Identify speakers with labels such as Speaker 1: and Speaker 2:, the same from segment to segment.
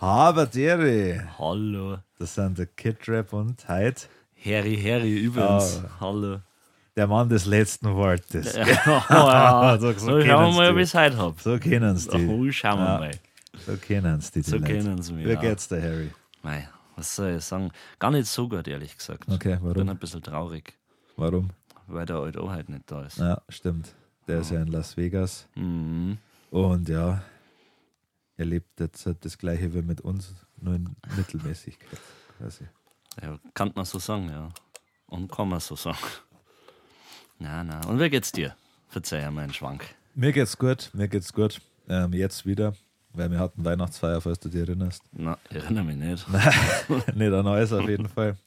Speaker 1: Haberdiri!
Speaker 2: Hallo.
Speaker 1: Das sind der Kid Rap und Hyde.
Speaker 2: Harry, Harry, übrigens.
Speaker 1: Ah.
Speaker 2: Hallo.
Speaker 1: Der Mann des letzten Wortes.
Speaker 2: Ja, ja.
Speaker 1: Ah, So-
Speaker 2: so,
Speaker 1: so
Speaker 2: schauen
Speaker 1: kennen's
Speaker 2: wir mal,
Speaker 1: die.
Speaker 2: ob ich Zeit habe.
Speaker 1: So kennen sie die.
Speaker 2: Oh, schauen wir
Speaker 1: Ja.
Speaker 2: mal.
Speaker 1: So kennen sie die. die
Speaker 2: So
Speaker 1: Leute.
Speaker 2: kennen sie mich,
Speaker 1: Wie
Speaker 2: ja.
Speaker 1: geht's dir, Harry?
Speaker 2: Mei, was soll ich sagen? Gar nicht so gut, ehrlich gesagt.
Speaker 1: Okay,
Speaker 2: Ich bin
Speaker 1: warum?
Speaker 2: ein bisschen traurig,
Speaker 1: Warum?
Speaker 2: weil der alte halt nicht da ist.
Speaker 1: Ja, stimmt. Der ist ja in Las Vegas.
Speaker 2: Mhm.
Speaker 1: Und ja, er lebt jetzt halt das gleiche wie mit uns, nur in Mittelmäßigkeit. Quasi.
Speaker 2: Ja, kann man so sagen, ja. Und kann man so sagen. Na, na. Und wie geht's dir? Verzeih meinen Schwank.
Speaker 1: Mir geht's gut, mir geht's gut. Ähm, jetzt wieder, weil wir hatten Weihnachtsfeier, falls du dich erinnerst.
Speaker 2: Na, ich erinnere mich nicht.
Speaker 1: nicht an alles auf jeden Fall.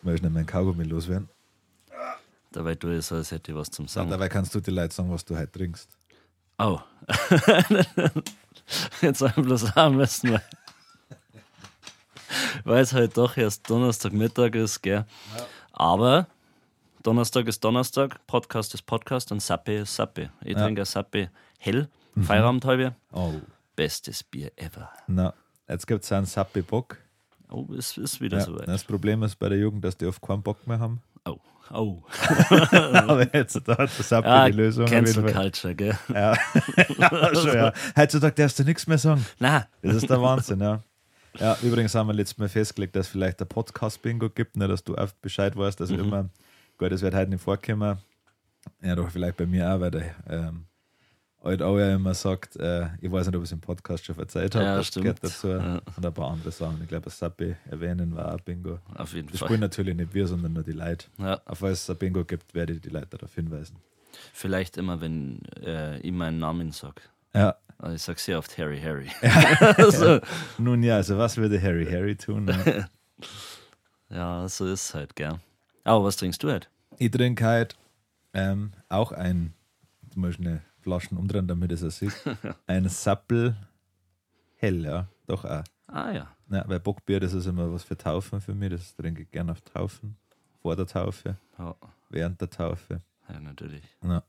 Speaker 1: Ich möchte nicht mein Kaugummi loswerden.
Speaker 2: Dabei tue ich so, als hätte ich was zum Sagen.
Speaker 1: Dabei kannst du die Leute sagen, was du heute trinkst.
Speaker 2: Oh. Jetzt habe ich bloß auch müssen, weil- weil es halt doch erst Donnerstagmittag ist, gell? Aber Donnerstag ist Donnerstag, Podcast ist Podcast und Sappe ist Sappe. Ich trinke Sappe hell,
Speaker 1: Mhm.
Speaker 2: Feierabend halbe,
Speaker 1: Oh.
Speaker 2: bestes Bier ever.
Speaker 1: Na, jetzt gibt es einen Sappi Bock.
Speaker 2: Oh, es ist wieder
Speaker 1: Ja,
Speaker 2: soweit.
Speaker 1: das Problem ist bei der Jugend, dass die oft keinen Bock mehr haben.
Speaker 2: Oh, oh.
Speaker 1: Aber jetzt da hat der Sappi
Speaker 2: Ah,
Speaker 1: die Lösung. auf jeden
Speaker 2: Cancel
Speaker 1: Fall.
Speaker 2: Culture, gell?
Speaker 1: Ja, schon, ja. Heutzutage darfst du nichts mehr sagen.
Speaker 2: Na,
Speaker 1: Das ist der Wahnsinn, ja. Ja, übrigens haben wir letztes Mal festgelegt, dass es vielleicht ein Podcast-Bingo gibt, ne, dass du oft Bescheid weißt,
Speaker 2: Mhm.
Speaker 1: dass immer, gut, das wird heute nicht vorkommen. Ja, doch, vielleicht bei mir auch, weil der ähm, Old Auer immer sagt, äh, ich weiß nicht, ob ich es im Podcast schon erzählt habe,
Speaker 2: Ja,
Speaker 1: das
Speaker 2: stimmt.
Speaker 1: gehört dazu.
Speaker 2: Ja.
Speaker 1: Und ein paar andere Sachen. Ich glaube, das Sappi erwähnen war auch Bingo.
Speaker 2: auf jeden
Speaker 1: Das
Speaker 2: Fall.
Speaker 1: spielen natürlich nicht wir, sondern nur die Leute.
Speaker 2: Ja.
Speaker 1: Auf falls es ein Bingo gibt, werde ich die Leute darauf hinweisen.
Speaker 2: Vielleicht immer, wenn äh, ich meinen Namen sage.
Speaker 1: Ja,
Speaker 2: Also ich sag sehr oft Harry, Harry. so.
Speaker 1: nun ja, also was würde Harry Harry tun? Ne?
Speaker 2: Ja, so ist es halt, gell. Aber was trinkst du halt?
Speaker 1: Ich trinke halt ähm, auch ein, zum Beispiel eine Flaschen umdrehen, damit es er sieht. Ein Sappel hell, ja. Doch auch.
Speaker 2: Ah ja.
Speaker 1: Ja, weil Bockbier, das ist immer was für Taufen für mich. Das trinke ich gerne auf Taufen. Vor der Taufe,
Speaker 2: Ja,
Speaker 1: während der Taufe.
Speaker 2: ja natürlich.
Speaker 1: Ja.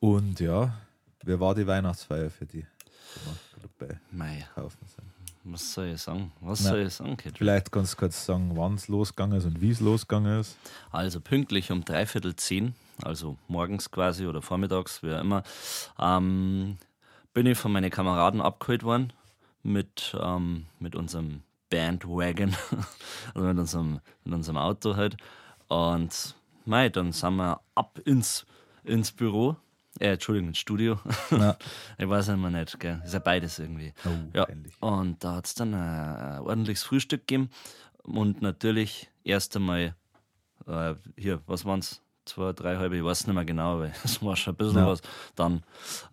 Speaker 1: Und ja, wie war die Weihnachtsfeier für die? die wir Dabei
Speaker 2: Mei,
Speaker 1: Taufen sind.
Speaker 2: was soll ich sagen? Was
Speaker 1: Na.
Speaker 2: soll ich sagen, Kid?
Speaker 1: Vielleicht kannst du kurz sagen, wann es losgegangen ist und wie es losgegangen ist.
Speaker 2: Also pünktlich um dreiviertel zehn, also morgens quasi oder vormittags, wie auch immer, ähm, bin ich von meinen Kameraden abgeholt worden mit, ähm, mit unserem Bandwagon, also mit unserem, mit unserem Auto halt. Und mei, dann sind wir ab ins, ins Büro, äh, Entschuldigung, ins Studio.
Speaker 1: Ja.
Speaker 2: ich weiß immer nicht, gell? Ist ja beides irgendwie.
Speaker 1: Oh,
Speaker 2: Ja,
Speaker 1: peinlich.
Speaker 2: und da hat es dann ein, ein ordentliches Frühstück gegeben und natürlich erst einmal, äh, hier, was waren es? Zwei, drei halbe, ich weiß nicht mehr genau, weil es war schon ein bisschen
Speaker 1: Ja.
Speaker 2: was. Dann,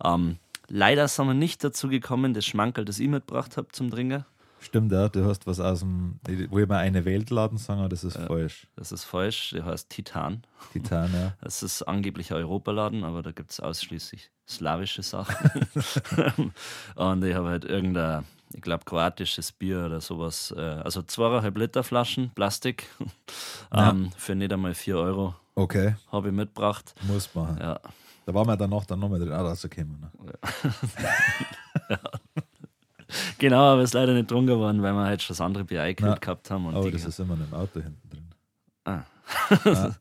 Speaker 2: ähm, leider sind wir nicht dazu gekommen, das Schmankerl, das ich mitgebracht habe zum Trinken.
Speaker 1: Stimmt, ja, du hast was aus dem, wo ich mal eine Weltladen sagen, aber das ist falsch.
Speaker 2: Das ist falsch, der heißt Titan.
Speaker 1: Titan, ja.
Speaker 2: Das ist angeblich ein Europaladen, aber da gibt es ausschließlich slawische Sachen. und ich habe halt irgendein, ich glaube, kroatisches Bier oder sowas. äh, Also zweieinhalb Liter Flaschen, Plastik, ähm, für nicht einmal 4 Euro
Speaker 1: Okay,
Speaker 2: habe ich mitgebracht.
Speaker 1: muss man.
Speaker 2: Ja,
Speaker 1: Da waren wir danach dann nochmal drin auch rausgekommen. Ne?
Speaker 2: genau, aber es ist leider nicht drum geworden, weil wir halt schon das andere Bier
Speaker 1: Na.
Speaker 2: eingekühlt gehabt haben. Und
Speaker 1: Aber
Speaker 2: die-
Speaker 1: Oh, das ist immer in dem Auto hinten drin.
Speaker 2: Ah.
Speaker 1: Ah.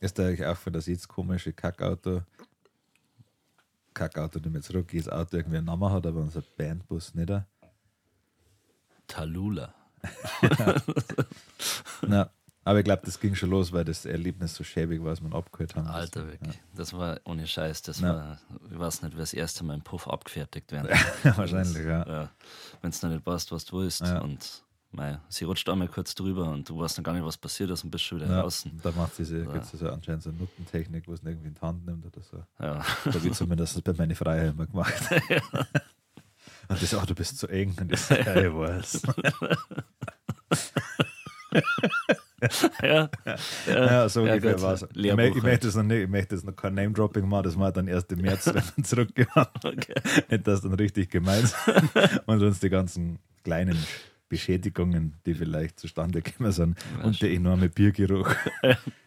Speaker 1: Ist da eigentlich auch für das jetzt komische Kackauto, Kackauto, nimm jetzt zurück, jedes Auto irgendwie einen Namen hat, aber unser Bandbus nicht. ah?
Speaker 2: Talula.
Speaker 1: Na, aber ich glaube, das ging schon los, weil das Erlebnis so schäbig war, als wir ihn abgeholt haben.
Speaker 2: Alter, wirklich. Das war ohne Scheiß. Das
Speaker 1: Na.
Speaker 2: war, ich weiß nicht, wer das erste Mal im Puff abgefertigt werden.
Speaker 1: Wahrscheinlich, ja.
Speaker 2: Wenn es noch Äh, nicht passt, was du willst.
Speaker 1: Ja.
Speaker 2: Und mei, sie rutscht einmal kurz drüber und du weißt noch gar nicht, was passiert ist und bist schon wieder
Speaker 1: Ja,
Speaker 2: draußen.
Speaker 1: und da macht diese,
Speaker 2: Ja.
Speaker 1: gibt's so anscheinend so eine Nuttentechnik, wo es irgendwie in die Hand nimmt oder so.
Speaker 2: Ja.
Speaker 1: Da habe ich zumindest bei meinen Freiheit immer gemacht. Und das, oh, du bist zu eng. Und ich, so, ja, ich weiß.
Speaker 2: ja,
Speaker 1: Ja, so ungefähr
Speaker 2: Gott,
Speaker 1: war es. Ich,
Speaker 2: Lehrbuch
Speaker 1: mö- ich möchte jetzt noch nicht, ich möchte jetzt noch kein Name-Dropping machen, das war dann erst im März, wenn wir zurückgehauen
Speaker 2: Okay.
Speaker 1: Nicht, dass dann richtig gemeint sind und uns die ganzen kleinen Beschädigungen, die vielleicht zustande gekommen sind und der enorme Biergeruch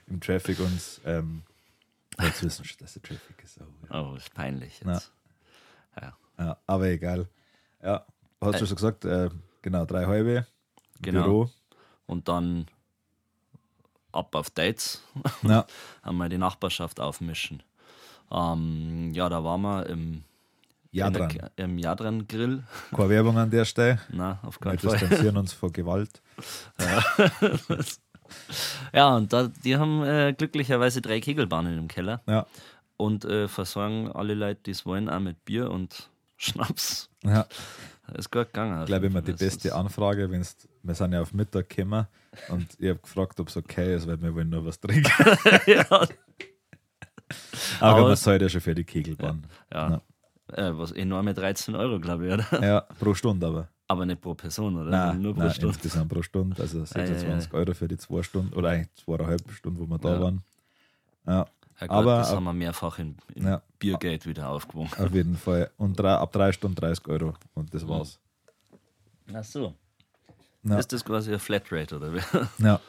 Speaker 1: im Traffic uns. Ähm, jetzt wissen wir schon, dass der Traffic ist. Oh,
Speaker 2: Oh, ist peinlich
Speaker 1: Na.
Speaker 2: jetzt. Ja,
Speaker 1: ja. ja, aber egal. Ja, hast du schon gesagt, äh, genau, drei halbe.
Speaker 2: genau.
Speaker 1: Büro.
Speaker 2: Und dann ab auf Dates.
Speaker 1: Ja,
Speaker 2: einmal die Nachbarschaft aufmischen. Ähm, ja, da waren wir im,
Speaker 1: ja
Speaker 2: in der
Speaker 1: dran.
Speaker 2: Ke- im Jadran-Grill.
Speaker 1: Keine Werbung an der Stelle.
Speaker 2: Na, auf
Speaker 1: Wir
Speaker 2: keinen Fall.
Speaker 1: distanzieren uns vor Gewalt.
Speaker 2: Ja, und da, die haben äh, glücklicherweise drei Kegelbahnen im Keller
Speaker 1: Ja,
Speaker 2: und äh, versorgen alle Leute, die es wollen, auch mit Bier und Schnaps.
Speaker 1: ja.
Speaker 2: Ist gut gegangen. also auf
Speaker 1: Ich glaube
Speaker 2: jeden
Speaker 1: immer
Speaker 2: Fall.
Speaker 1: die
Speaker 2: Es ist-
Speaker 1: beste Anfrage, wenn wir sind ja auf Mittag gekommen und ich habe gefragt, ob es okay ist, weil wir wollen nur was trinken.
Speaker 2: ja,
Speaker 1: Aber,
Speaker 2: Aber
Speaker 1: man
Speaker 2: es-
Speaker 1: zahlt ja schon für die Kegelbahn.
Speaker 2: ja. Äh, was enorme 13 Euro, glaube ich, oder?
Speaker 1: Ja, pro Stunde aber.
Speaker 2: Aber nicht pro Person, oder?
Speaker 1: Nein,
Speaker 2: Nur pro
Speaker 1: nein,
Speaker 2: Stunde.
Speaker 1: Insgesamt pro Stunde, also
Speaker 2: ei, ei.
Speaker 1: 26 Euro für die zwei Stunden oder eigentlich zweieinhalb Stunden, wo wir da
Speaker 2: Ja.
Speaker 1: waren. Ja,
Speaker 2: Ja, Gott,
Speaker 1: aber-
Speaker 2: das haben wir mehrfach in, in
Speaker 1: Ja.
Speaker 2: Biergeld wieder aufgewogen.
Speaker 1: auf jeden Fall. Und drei, ab drei Stunden 30 Euro und das war's.
Speaker 2: Ach so.
Speaker 1: Ja.
Speaker 2: Ist das quasi ein Flatrate, oder?
Speaker 1: Ja,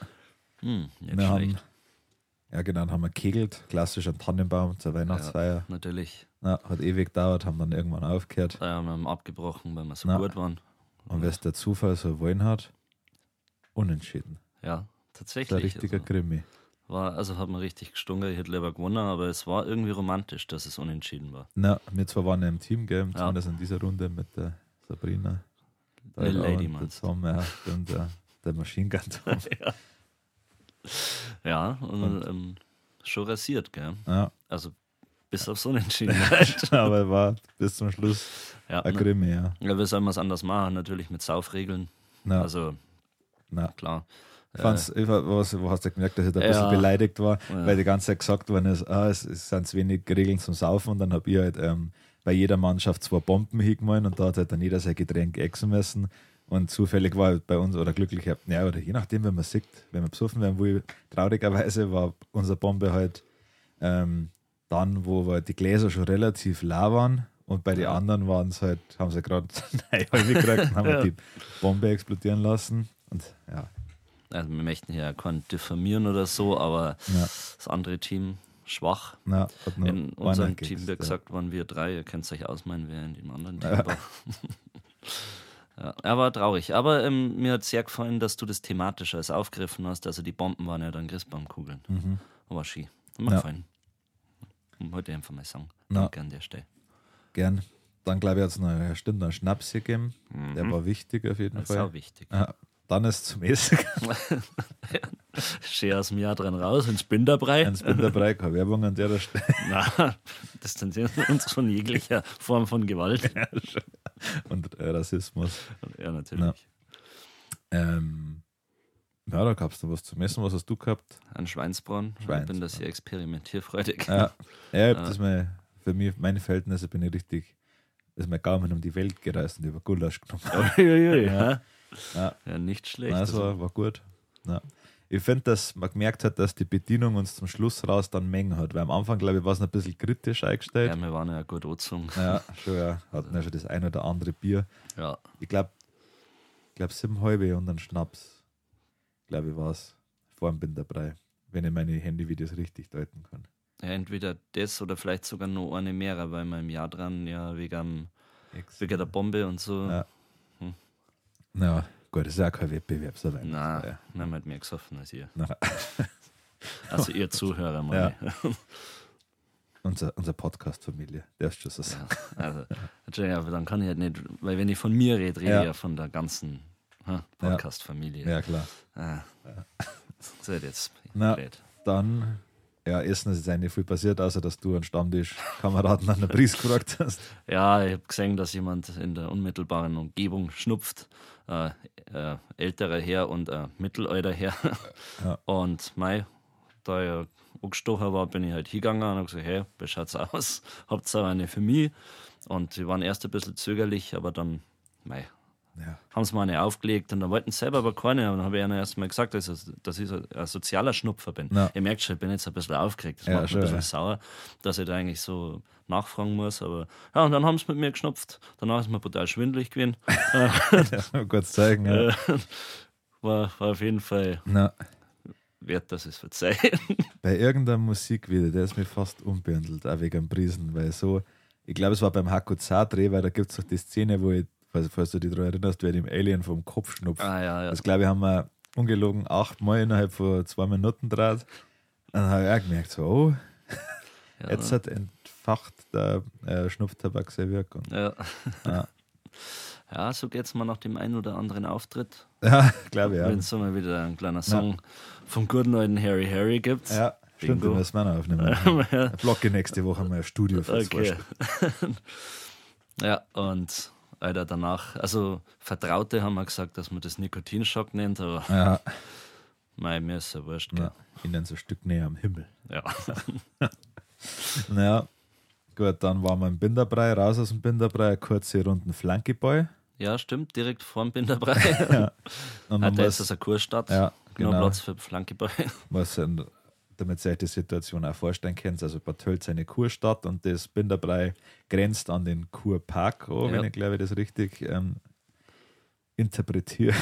Speaker 2: hm, nicht
Speaker 1: wir
Speaker 2: schlecht.
Speaker 1: haben, ja genau, dann haben wir kegelt, klassisch am Tannenbaum zur Weihnachtsfeier.
Speaker 2: Natürlich.
Speaker 1: Ja, hat ewig gedauert, haben dann irgendwann aufgehört.
Speaker 2: Da haben wir ihn abgebrochen, weil wir so
Speaker 1: Na.
Speaker 2: gut waren.
Speaker 1: Und was der Zufall so wollen hat, unentschieden.
Speaker 2: Ja,
Speaker 1: Das ist ein
Speaker 2: tatsächlich.
Speaker 1: richtiger
Speaker 2: Also,
Speaker 1: Krimi.
Speaker 2: war, also hat man richtig gestungen, ich hätte lieber gewonnen, aber es war irgendwie romantisch, dass es unentschieden war.
Speaker 1: Na, wir zwei waren ja im Team, gell?
Speaker 2: Ja.
Speaker 1: Zumindest in dieser Runde mit der Sabrina.
Speaker 2: Eine Lady,
Speaker 1: und
Speaker 2: meinst
Speaker 1: zusammen, ja, und der, der Machine Gun Tom.
Speaker 2: Ja, und, ähm, schon rasiert, gell?
Speaker 1: ja,
Speaker 2: Also bis aufs Unentschieden.
Speaker 1: aber war bis zum Schluss
Speaker 2: ja,
Speaker 1: ein
Speaker 2: na,
Speaker 1: Krimi, ja.
Speaker 2: ne? ja, wie soll man es anders machen? Natürlich mit Saufregeln.
Speaker 1: Na,
Speaker 2: Also,
Speaker 1: na.
Speaker 2: klar.
Speaker 1: Ich fand's, ich war, was, wo hast du gemerkt, dass ich da ein
Speaker 2: Ja.
Speaker 1: bisschen beleidigt war,
Speaker 2: Ja.
Speaker 1: weil die ganze Zeit gesagt worden ist, ah, es, es sind zu wenig Regeln zum Saufen und dann hab ich halt ähm, bei jeder Mannschaft zwei Bomben hingemahlen und da hat halt dann jeder sein Getränk exen müssen und zufällig war halt bei uns oder glücklich, ja, oder je nachdem, wenn man sieht, wenn man besoffen werden will, traurigerweise war unsere Bombe halt ähm, dann, wo wir die Gläser schon relativ leer waren und bei den
Speaker 2: Ja.
Speaker 1: anderen waren es halt, haben sie gerade eine halbe gekriegt und haben
Speaker 2: Ja.
Speaker 1: halt die Bombe explodieren lassen und ja,
Speaker 2: Also, wir möchten hier ja keinen diffamieren oder so, aber
Speaker 1: ja.
Speaker 2: das andere Team schwach.
Speaker 1: Na, hat nur
Speaker 2: In
Speaker 1: einer
Speaker 2: unserem
Speaker 1: gegessen,
Speaker 2: Team, wie
Speaker 1: ja.
Speaker 2: gesagt, waren wir drei. Ihr könnt euch ausmalen, wer in dem anderen Team war. ja, er war traurig. Aber ähm, mir hat sehr gefallen, dass du das thematisch als aufgegriffen hast. Also die Bomben waren ja dann Christbaumkugeln.
Speaker 1: Mhm.
Speaker 2: Aber schön. Hat mir
Speaker 1: Ja.
Speaker 2: gefallen. Und wollte ich einfach mal sagen.
Speaker 1: Na.
Speaker 2: Danke an der Stelle.
Speaker 1: Gern. Dann glaube ich, hat es noch eine Stunde einen Schnaps gegeben. Der war wichtig auf jeden
Speaker 2: Mhm. Das ist
Speaker 1: Fall.
Speaker 2: auch wichtig.
Speaker 1: Ja, dann ist zum Essen gegangen.
Speaker 2: Schön aus dem Jahr dran raus ins Binderbrei.
Speaker 1: Ein Spinderbrei, keine Werbung an der Stelle.
Speaker 2: Na, distanzieren wir uns von jeglicher Form von Gewalt.
Speaker 1: Und äh, Rassismus.
Speaker 2: Ja, natürlich.
Speaker 1: Na. Ähm, ja, da gab es noch was zum Essen. Was hast du gehabt?
Speaker 2: An Schweinsbraun. Ich bin
Speaker 1: Schweinsbraun.
Speaker 2: da sehr experimentierfreudig.
Speaker 1: Ja, ja
Speaker 2: Ah.
Speaker 1: ich hab das mal, für mich, meine Verhältnisse bin ich richtig, ist mein Gaumen um die Welt gereist und über Gulasch genommen.
Speaker 2: Uiuiui, ja.
Speaker 1: Ja.
Speaker 2: ja, nicht schlecht.
Speaker 1: Also war gut. Ja. Ich finde, dass man gemerkt hat, dass die Bedienung uns zum Schluss raus dann Mengen hat, weil am Anfang, glaube ich, war es noch ein bisschen kritisch
Speaker 2: ja,
Speaker 1: eingestellt.
Speaker 2: wir waren ja gut angezogen.
Speaker 1: Ja, schon, ja. Hatten ja schon das ein oder andere Bier.
Speaker 2: Ja,
Speaker 1: Ich glaube, ich glaube, sieben halbe und dann Schnaps. Glaube ich, war es. Vor dem Binderbrei. Wenn ich meine Handyvideos richtig deuten kann.
Speaker 2: ja, entweder das oder vielleicht sogar nur eine mehr, weil wir im Jahr dran ja wegen, am-
Speaker 1: Ex-
Speaker 2: wegen der Bombe und so.
Speaker 1: Ja. Na, gut, das ist ja kein Wettbewerb, so weit.
Speaker 2: Na,
Speaker 1: Ja.
Speaker 2: wir haben halt mehr gesoffen als ihr.
Speaker 1: Na.
Speaker 2: Also ihr Zuhörer mal. Ja.
Speaker 1: Unser, unser Podcast-Familie, der ist schon so sagen.
Speaker 2: Also, Entschuldigung, aber dann kann ich halt nicht, weil wenn ich von mir rede, rede
Speaker 1: Ja.
Speaker 2: ich ja von der ganzen hm, Podcast-Familie.
Speaker 1: Ja. klar.
Speaker 2: Ah. Das ist halt jetzt
Speaker 1: Na.
Speaker 2: blöd.
Speaker 1: Dann, ja, Essen ist jetzt eigentlich viel passiert, außer dass du einen Stammtischkameraden an der Prise gefragt hast.
Speaker 2: Ja, ich habe gesehen, dass jemand in der unmittelbaren Umgebung schnupft. Äh, äh, älterer Herr und äh, mittelalter Herr.
Speaker 1: Ja.
Speaker 2: Und mei, da ich angestochen war, bin ich halt hingegangen und habe gesagt, hey, wie schaut's aus? Habt ihr eine für mich? Und sie waren erst ein bisschen zögerlich, aber dann, mei,
Speaker 1: Ja.
Speaker 2: haben sie mal eine aufgelegt und dann wollten sie selber aber keine. Und dann habe ich ihnen erstmal gesagt, dass, ich- dass ich so ein sozialer Schnupfer bin.
Speaker 1: Ja.
Speaker 2: Ihr merkt schon, ich bin jetzt ein bisschen aufgeregt. Das
Speaker 1: Ja,
Speaker 2: macht mich
Speaker 1: schon,
Speaker 2: ein bisschen
Speaker 1: ja.
Speaker 2: sauer, dass ich da eigentlich so nachfragen muss. Aber ja, und dann haben sie mit mir geschnupft. Danach ist mir brutal schwindelig gewesen.
Speaker 1: Das muss man kurz zeigen. Ja.
Speaker 2: Äh, war, war auf jeden Fall
Speaker 1: Na,
Speaker 2: wert, dass ich es verzeihe.
Speaker 1: bei irgendeinem Musikvideo, der ist mir fast umbündelt, auch wegen dem Briesen, weil so, ich glaube, es war beim Hakusar-Dreh, weil da gibt es doch die Szene, wo ich, falls, falls du dich daran erinnerst, wer dem Alien vom Kopf schnupft.
Speaker 2: Ah, ja, ja.
Speaker 1: Das glaube ich, haben wir ungelogen achtmal innerhalb von zwei Minuten draht. Dann habe ich auch gemerkt, so, oh,
Speaker 2: ja,
Speaker 1: jetzt hat entfacht der äh, Schnupftabak seine Wirkung.
Speaker 2: ja.
Speaker 1: Ja.
Speaker 2: ja, so geht es mal nach dem einen oder anderen Auftritt.
Speaker 1: Ja, glaube ich,
Speaker 2: Wenn
Speaker 1: ja.
Speaker 2: es so mal wieder ein kleiner Song vom guten alten Harry Harry gibt.
Speaker 1: Ja, stimmt,
Speaker 2: Bingo.
Speaker 1: den müssen wir noch aufnehmen.
Speaker 2: Ja.
Speaker 1: Blocke nächste Woche mal ein Studio für zwei
Speaker 2: Okay.
Speaker 1: Stunden.
Speaker 2: ja, und Alter, danach, also Vertraute haben wir gesagt, dass man das Nikotinschock nennt, aber
Speaker 1: Ja,
Speaker 2: mei, mir ist ja wurscht. gell.
Speaker 1: ja, ihnen so ein Stück näher am Himmel.
Speaker 2: Ja.
Speaker 1: Naja, gut, dann waren wir im Binderbrei, raus aus dem Binderbrei, kurze Runden Flankeball.
Speaker 2: ja, stimmt, direkt vorm Binderbrei.
Speaker 1: Und
Speaker 2: Hat
Speaker 1: dann
Speaker 2: er jetzt Ah, das
Speaker 1: was,
Speaker 2: eine Kurstadt.
Speaker 1: Ja,
Speaker 2: Genau
Speaker 1: genau.
Speaker 2: Platz für Flankeball.
Speaker 1: was in, damit ihr euch die Situation auch vorstellen könnt, also Bad Tölz eine Kurstadt und das Binderbrei grenzt an den Kurpark, oh, wenn
Speaker 2: Ja.
Speaker 1: ich glaube, ich das richtig ähm, interpretiere.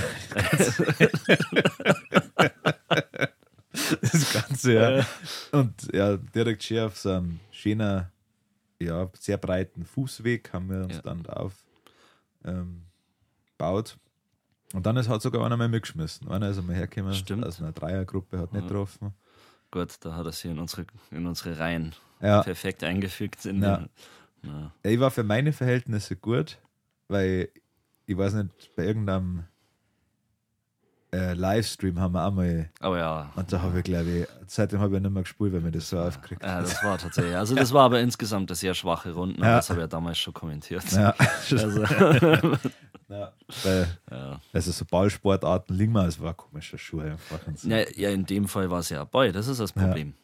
Speaker 1: das Ganze, ja. Und ja, direkt schön auf so einem schönen, ja, sehr breiten Fußweg haben wir uns
Speaker 2: Ja.
Speaker 1: dann auf ähm, gebaut. Und dann ist halt sogar einer mal mitgeschmissen. Einer ist einmal hergekommen
Speaker 2: Stimmt. Mhm.
Speaker 1: aus einer Dreiergruppe, hat nicht
Speaker 2: Ja.
Speaker 1: getroffen.
Speaker 2: Gut, da hat er sie in unsere, in unsere Reihen
Speaker 1: Ja,
Speaker 2: perfekt eingefügt. In
Speaker 1: Ja.
Speaker 2: den, na,
Speaker 1: ich war für meine Verhältnisse gut, weil ich weiß nicht, bei irgendeinem äh, Livestream haben wir einmal,
Speaker 2: aber ja,
Speaker 1: und da habe ich glaube ich, seitdem habe ich nicht mehr gespielt, weil mir das so aufkriegt.
Speaker 2: äh, das war tatsächlich. Also, das war aber insgesamt eine sehr schwache Runde. ne?
Speaker 1: Ja.
Speaker 2: Das habe ich ja damals schon kommentiert.
Speaker 1: Ja,
Speaker 2: Also,
Speaker 1: ja. Weil,
Speaker 2: ja.
Speaker 1: also so Ballsportarten liegen wir, es war ein komischer Schuh einfach. Und so.
Speaker 2: Ja, ja, in dem Fall war es ja ein Boy, das ist das Problem.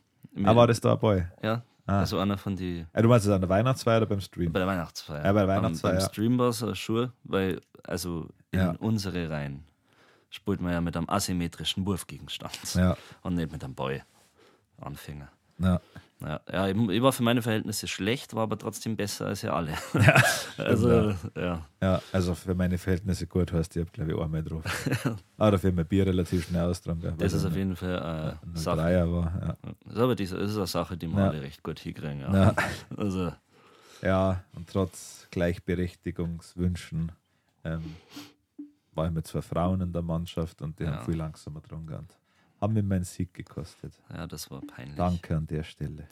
Speaker 1: Ah, war das da ein Ball?
Speaker 2: Ja,
Speaker 1: Ah.
Speaker 2: also einer von die
Speaker 1: Äh, du meinst es an der Weihnachtsfeier oder beim Stream?
Speaker 2: bei der Weihnachtsfeier.
Speaker 1: Ja, bei der
Speaker 2: Am-
Speaker 1: Weihnachtsfeier,
Speaker 2: Beim
Speaker 1: ja.
Speaker 2: Stream war es ein Schuh, weil, also in
Speaker 1: Ja.
Speaker 2: unsere Reihen spielt man ja mit einem asymmetrischen Wurfgegenstand
Speaker 1: Ja,
Speaker 2: und nicht mit einem Boy. Anfänger.
Speaker 1: ja.
Speaker 2: Ja, ja ich, ich war für meine Verhältnisse schlecht, war aber trotzdem besser als ihr alle. also, ja.
Speaker 1: Ja, also für meine Verhältnisse gut heißt, ich habe glaube ich einmal drauf. Aber dafür haben wir Bier relativ schnell ausgetrunken.
Speaker 2: Das ist auf jeden Fall eine
Speaker 1: Fall.
Speaker 2: Sache.
Speaker 1: Dreier war, ja.
Speaker 2: Das ist aber diese, das ist eine Sache, die wir
Speaker 1: Ja.
Speaker 2: alle recht gut hinkriegen. Ja.
Speaker 1: Ja.
Speaker 2: Also,
Speaker 1: ja, und trotz Gleichberechtigungswünschen ähm, war ich mit zwei Frauen in der Mannschaft und die
Speaker 2: Ja.
Speaker 1: haben viel langsamer getrunken und haben mir meinen Sieg gekostet.
Speaker 2: ja, das war peinlich.
Speaker 1: Danke an der Stelle.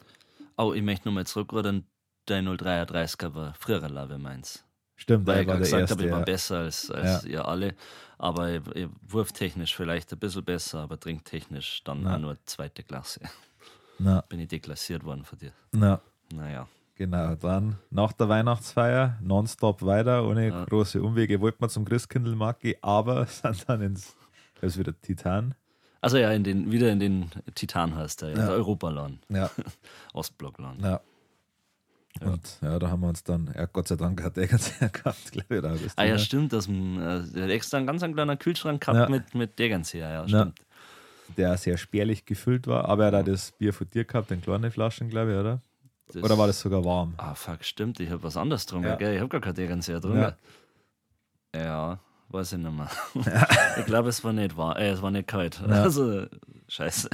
Speaker 2: Oh, ich möchte nochmal zurückrudern. Dein 033er war früherer Lave meins.
Speaker 1: Stimmt,
Speaker 2: Weil
Speaker 1: der
Speaker 2: ich
Speaker 1: war
Speaker 2: gerade
Speaker 1: der
Speaker 2: gesagt habe,
Speaker 1: erste.
Speaker 2: ich war
Speaker 1: Ja.
Speaker 2: besser als, als ihr alle. Aber ich, ich, wurftechnisch vielleicht ein bisschen besser, aber trinktechnisch dann
Speaker 1: Ja.
Speaker 2: auch nur zweite Klasse.
Speaker 1: Na,
Speaker 2: Bin ich deklassiert worden von dir.
Speaker 1: na,
Speaker 2: Naja.
Speaker 1: Genau, dann nach der Weihnachtsfeier nonstop weiter, ohne
Speaker 2: Ja.
Speaker 1: große Umwege. Wollten wir zum Christkindlmarkt gehen, aber sind dann ins, das ist wieder Titan.
Speaker 2: Also ja, in den, wieder in den Titan heißt der, ja. der Europaladen,
Speaker 1: Ja,
Speaker 2: Ostblockladen.
Speaker 1: ja. Und ja, da haben wir uns dann, ja, Gott sei Dank hat der ganz gehabt, glaube ich, ne? da bist
Speaker 2: Ah ja, stimmt, dass man, äh, der hat extra einen ganz einen kleinen Kühlschrank gehabt
Speaker 1: Ja.
Speaker 2: mit, mit Degernseher, ja,
Speaker 1: Ja.
Speaker 2: stimmt.
Speaker 1: der sehr spärlich gefüllt war, aber er hat auch das Bier von dir gehabt, in kleine Flaschen, glaube ich, oder?
Speaker 2: Das-
Speaker 1: Oder war das sogar warm?
Speaker 2: Ah, fuck, stimmt, ich habe was anderes drum,
Speaker 1: Ja.
Speaker 2: gell? Ich habe gar keinen Degernseher drum. Ja.
Speaker 1: Ja.
Speaker 2: ja, weiß ich nicht mehr. ich glaube, es war nicht wahr, äh, es war nicht kalt. Also, scheiße.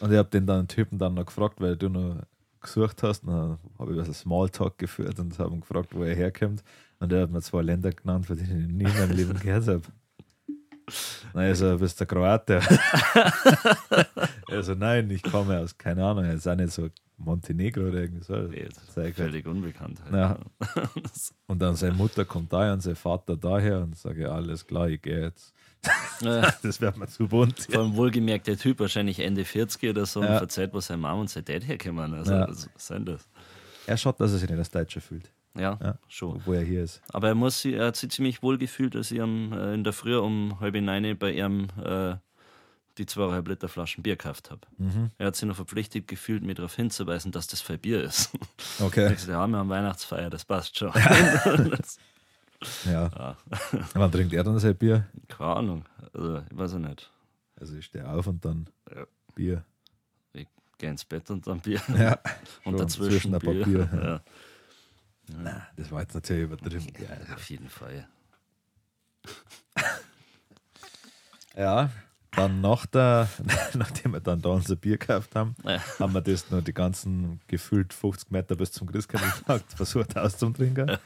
Speaker 1: Und ich habe den dann Typen dann noch gefragt, weil du noch gesucht hast. Und dann habe ich ein bisschen Smalltalk geführt und habe ihn gefragt, wo er herkommt. Und er hat mir zwei Länder genannt, von denen ich nie in meinem Leben gehört habe. Nein, also, du bist der Kroate. also, nein, ich komme aus, keine Ahnung, jetzt auch nicht so Montenegro oder irgendwie so.
Speaker 2: Nee, das ist
Speaker 1: Zeig halt.
Speaker 2: Völlig unbekannt. Halt.
Speaker 1: Ja. Und dann seine Mutter kommt daher und sein Vater daher und sage, alles klar, ich gehe jetzt.
Speaker 2: Äh,
Speaker 1: Das wird mir zu bunt.
Speaker 2: vor allem wohlgemerkt, der Typ wahrscheinlich Ende 40 oder so und
Speaker 1: Ja.
Speaker 2: verzeiht, wo seine Mom und sein Dad herkommen. Also,
Speaker 1: Ja.
Speaker 2: was sind das?
Speaker 1: Er schaut, dass er sich nicht als Deutscher fühlt,
Speaker 2: Ja,
Speaker 1: Ja.
Speaker 2: schon.
Speaker 1: obwohl er hier ist.
Speaker 2: Aber er, muss, sie- er hat sich ziemlich wohl gefühlt, als ich am, äh, in der Früh um halb neun bei ihm äh, die zweieinhalb Liter Flaschen Bier gekauft habe.
Speaker 1: Mhm.
Speaker 2: Er hat sich noch verpflichtet gefühlt, mir darauf hinzuweisen, dass das voll Bier ist.
Speaker 1: Okay.
Speaker 2: Ich so, ja, wir haben Weihnachtsfeier, das passt schon.
Speaker 1: Ja.
Speaker 2: Ja,
Speaker 1: Wann trinkt er dann sein Bier?
Speaker 2: keine Ahnung. Also, ich weiß auch nicht.
Speaker 1: Also ich stehe auf und dann
Speaker 2: Ja.
Speaker 1: Bier.
Speaker 2: Geh ins Bett und dann Bier.
Speaker 1: Ja.
Speaker 2: und
Speaker 1: schon,
Speaker 2: dazwischen
Speaker 1: zwischen ein paar
Speaker 2: Bier.
Speaker 1: Bier.
Speaker 2: Ja.
Speaker 1: Nein, das war jetzt natürlich übertrieben. Ja,
Speaker 2: Auf jeden Fall.
Speaker 1: Ja, dann nach der, nachdem wir dann da unser Bier gekauft haben,
Speaker 2: Ja.
Speaker 1: haben wir das nur die ganzen gefühlt 50 Meter bis zum Christkindltag versucht auszutrinken.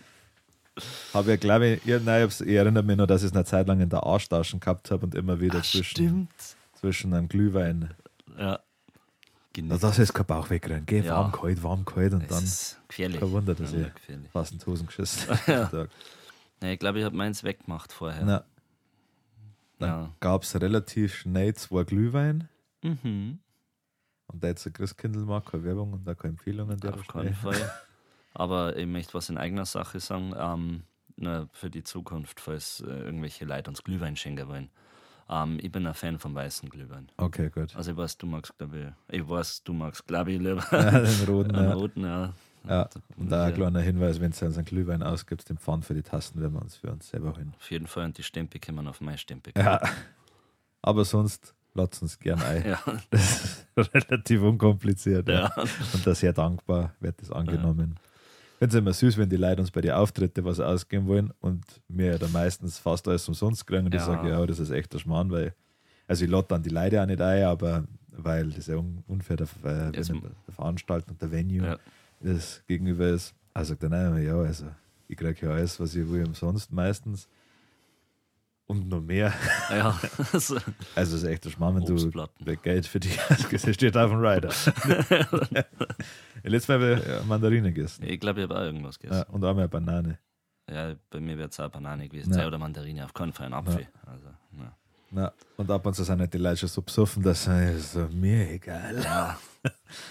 Speaker 1: Habe ja, glaube ich, ja, nein, ich, hab's- ich erinnere mich nur, dass ich es eine Zeit lang in der Arschtaschen gehabt habe und immer wieder
Speaker 2: Ah,
Speaker 1: zwischen,
Speaker 2: stimmt.
Speaker 1: zwischen einem Glühwein. Na,
Speaker 2: Ja. Genau.
Speaker 1: das ist kein Bauch wegrennen. Geh
Speaker 2: Ja.
Speaker 1: warm, kalt, warm, kalt und
Speaker 2: es
Speaker 1: Also, dann eh.
Speaker 2: ist gefährlich.
Speaker 1: kein Wunder, dass
Speaker 2: Ja,
Speaker 1: ich-
Speaker 2: gefährlich.
Speaker 1: fast in die Hosen geschissen.
Speaker 2: Ja.
Speaker 1: Tag.
Speaker 2: Nee, ich glaube, ich habe meins weggemacht vorher.
Speaker 1: Na, dann
Speaker 2: Ja.
Speaker 1: gab es relativ schnell zwei Glühwein
Speaker 2: Mhm.
Speaker 1: und da jetzt ein Christkindlmarkt, keine Werbung und da keine Empfehlungen. der
Speaker 2: Auf
Speaker 1: schnell.
Speaker 2: keinen Fall. Aber ich möchte was in eigener Sache sagen, ähm, na, für die Zukunft, falls äh, irgendwelche Leute uns Glühwein schenken wollen. Ähm, ich bin ein Fan vom weißen Glühwein.
Speaker 1: Okay, gut.
Speaker 2: Also ich weiß, du magst, glaube ich, ich weiß, du magst, glaube ich, lieber
Speaker 1: Ja, den roten.
Speaker 2: einen
Speaker 1: ja.
Speaker 2: roten, ja. äh,
Speaker 1: Ja, und da ein
Speaker 2: Ja.
Speaker 1: kleiner Hinweis, wenn du uns einen Glühwein ausgibst, den Pfand für die Tasten werden wir uns für uns selber holen.
Speaker 2: Auf jeden Fall, und die Stempel kommen auf meine Stempel.
Speaker 1: Ja. Aber sonst lasst uns gern ein.
Speaker 2: ja.
Speaker 1: Das ist relativ unkompliziert. Ja.
Speaker 2: ja.
Speaker 1: Und da sehr dankbar wird das angenommen. Ich finde es immer süß, wenn die Leute uns bei den Auftritte was ausgeben wollen und mir ja dann meistens fast alles umsonst kriegen und ich
Speaker 2: Ja.
Speaker 1: sage, ja, das ist echter Schmarrn, weil, also ich lade dann die Leute auch nicht ein, aber weil das ja un- unfair der, äh,
Speaker 2: Es-
Speaker 1: der Veranstaltung, der Venue
Speaker 2: Ja.
Speaker 1: das gegenüber ist. Also sagt er, nein, ja, also ich kriege ja alles, was ich will, umsonst meistens. Und noch mehr.
Speaker 2: ja. Also,
Speaker 1: Also es ist echt der Schmarrn, wenn du
Speaker 2: Obstplatten.
Speaker 1: der Geld für dich ausgibst. Das steht auf dem Rider. Letztes Mal habe ich äh, Mandarine gegessen.
Speaker 2: Ich glaube, ich habe auch irgendwas
Speaker 1: Ja,
Speaker 2: gegessen.
Speaker 1: und einmal eine Banane.
Speaker 2: Ja, bei mir wäre es auch Banane gewesen.
Speaker 1: Ja.
Speaker 2: Ja. Oder Mandarine, auf keinen Fall ein Apfel. Also, ja.
Speaker 1: Na, und ab und zu sind halt die Leute schon so besoffen, dass sie so, mir egal.
Speaker 2: ja.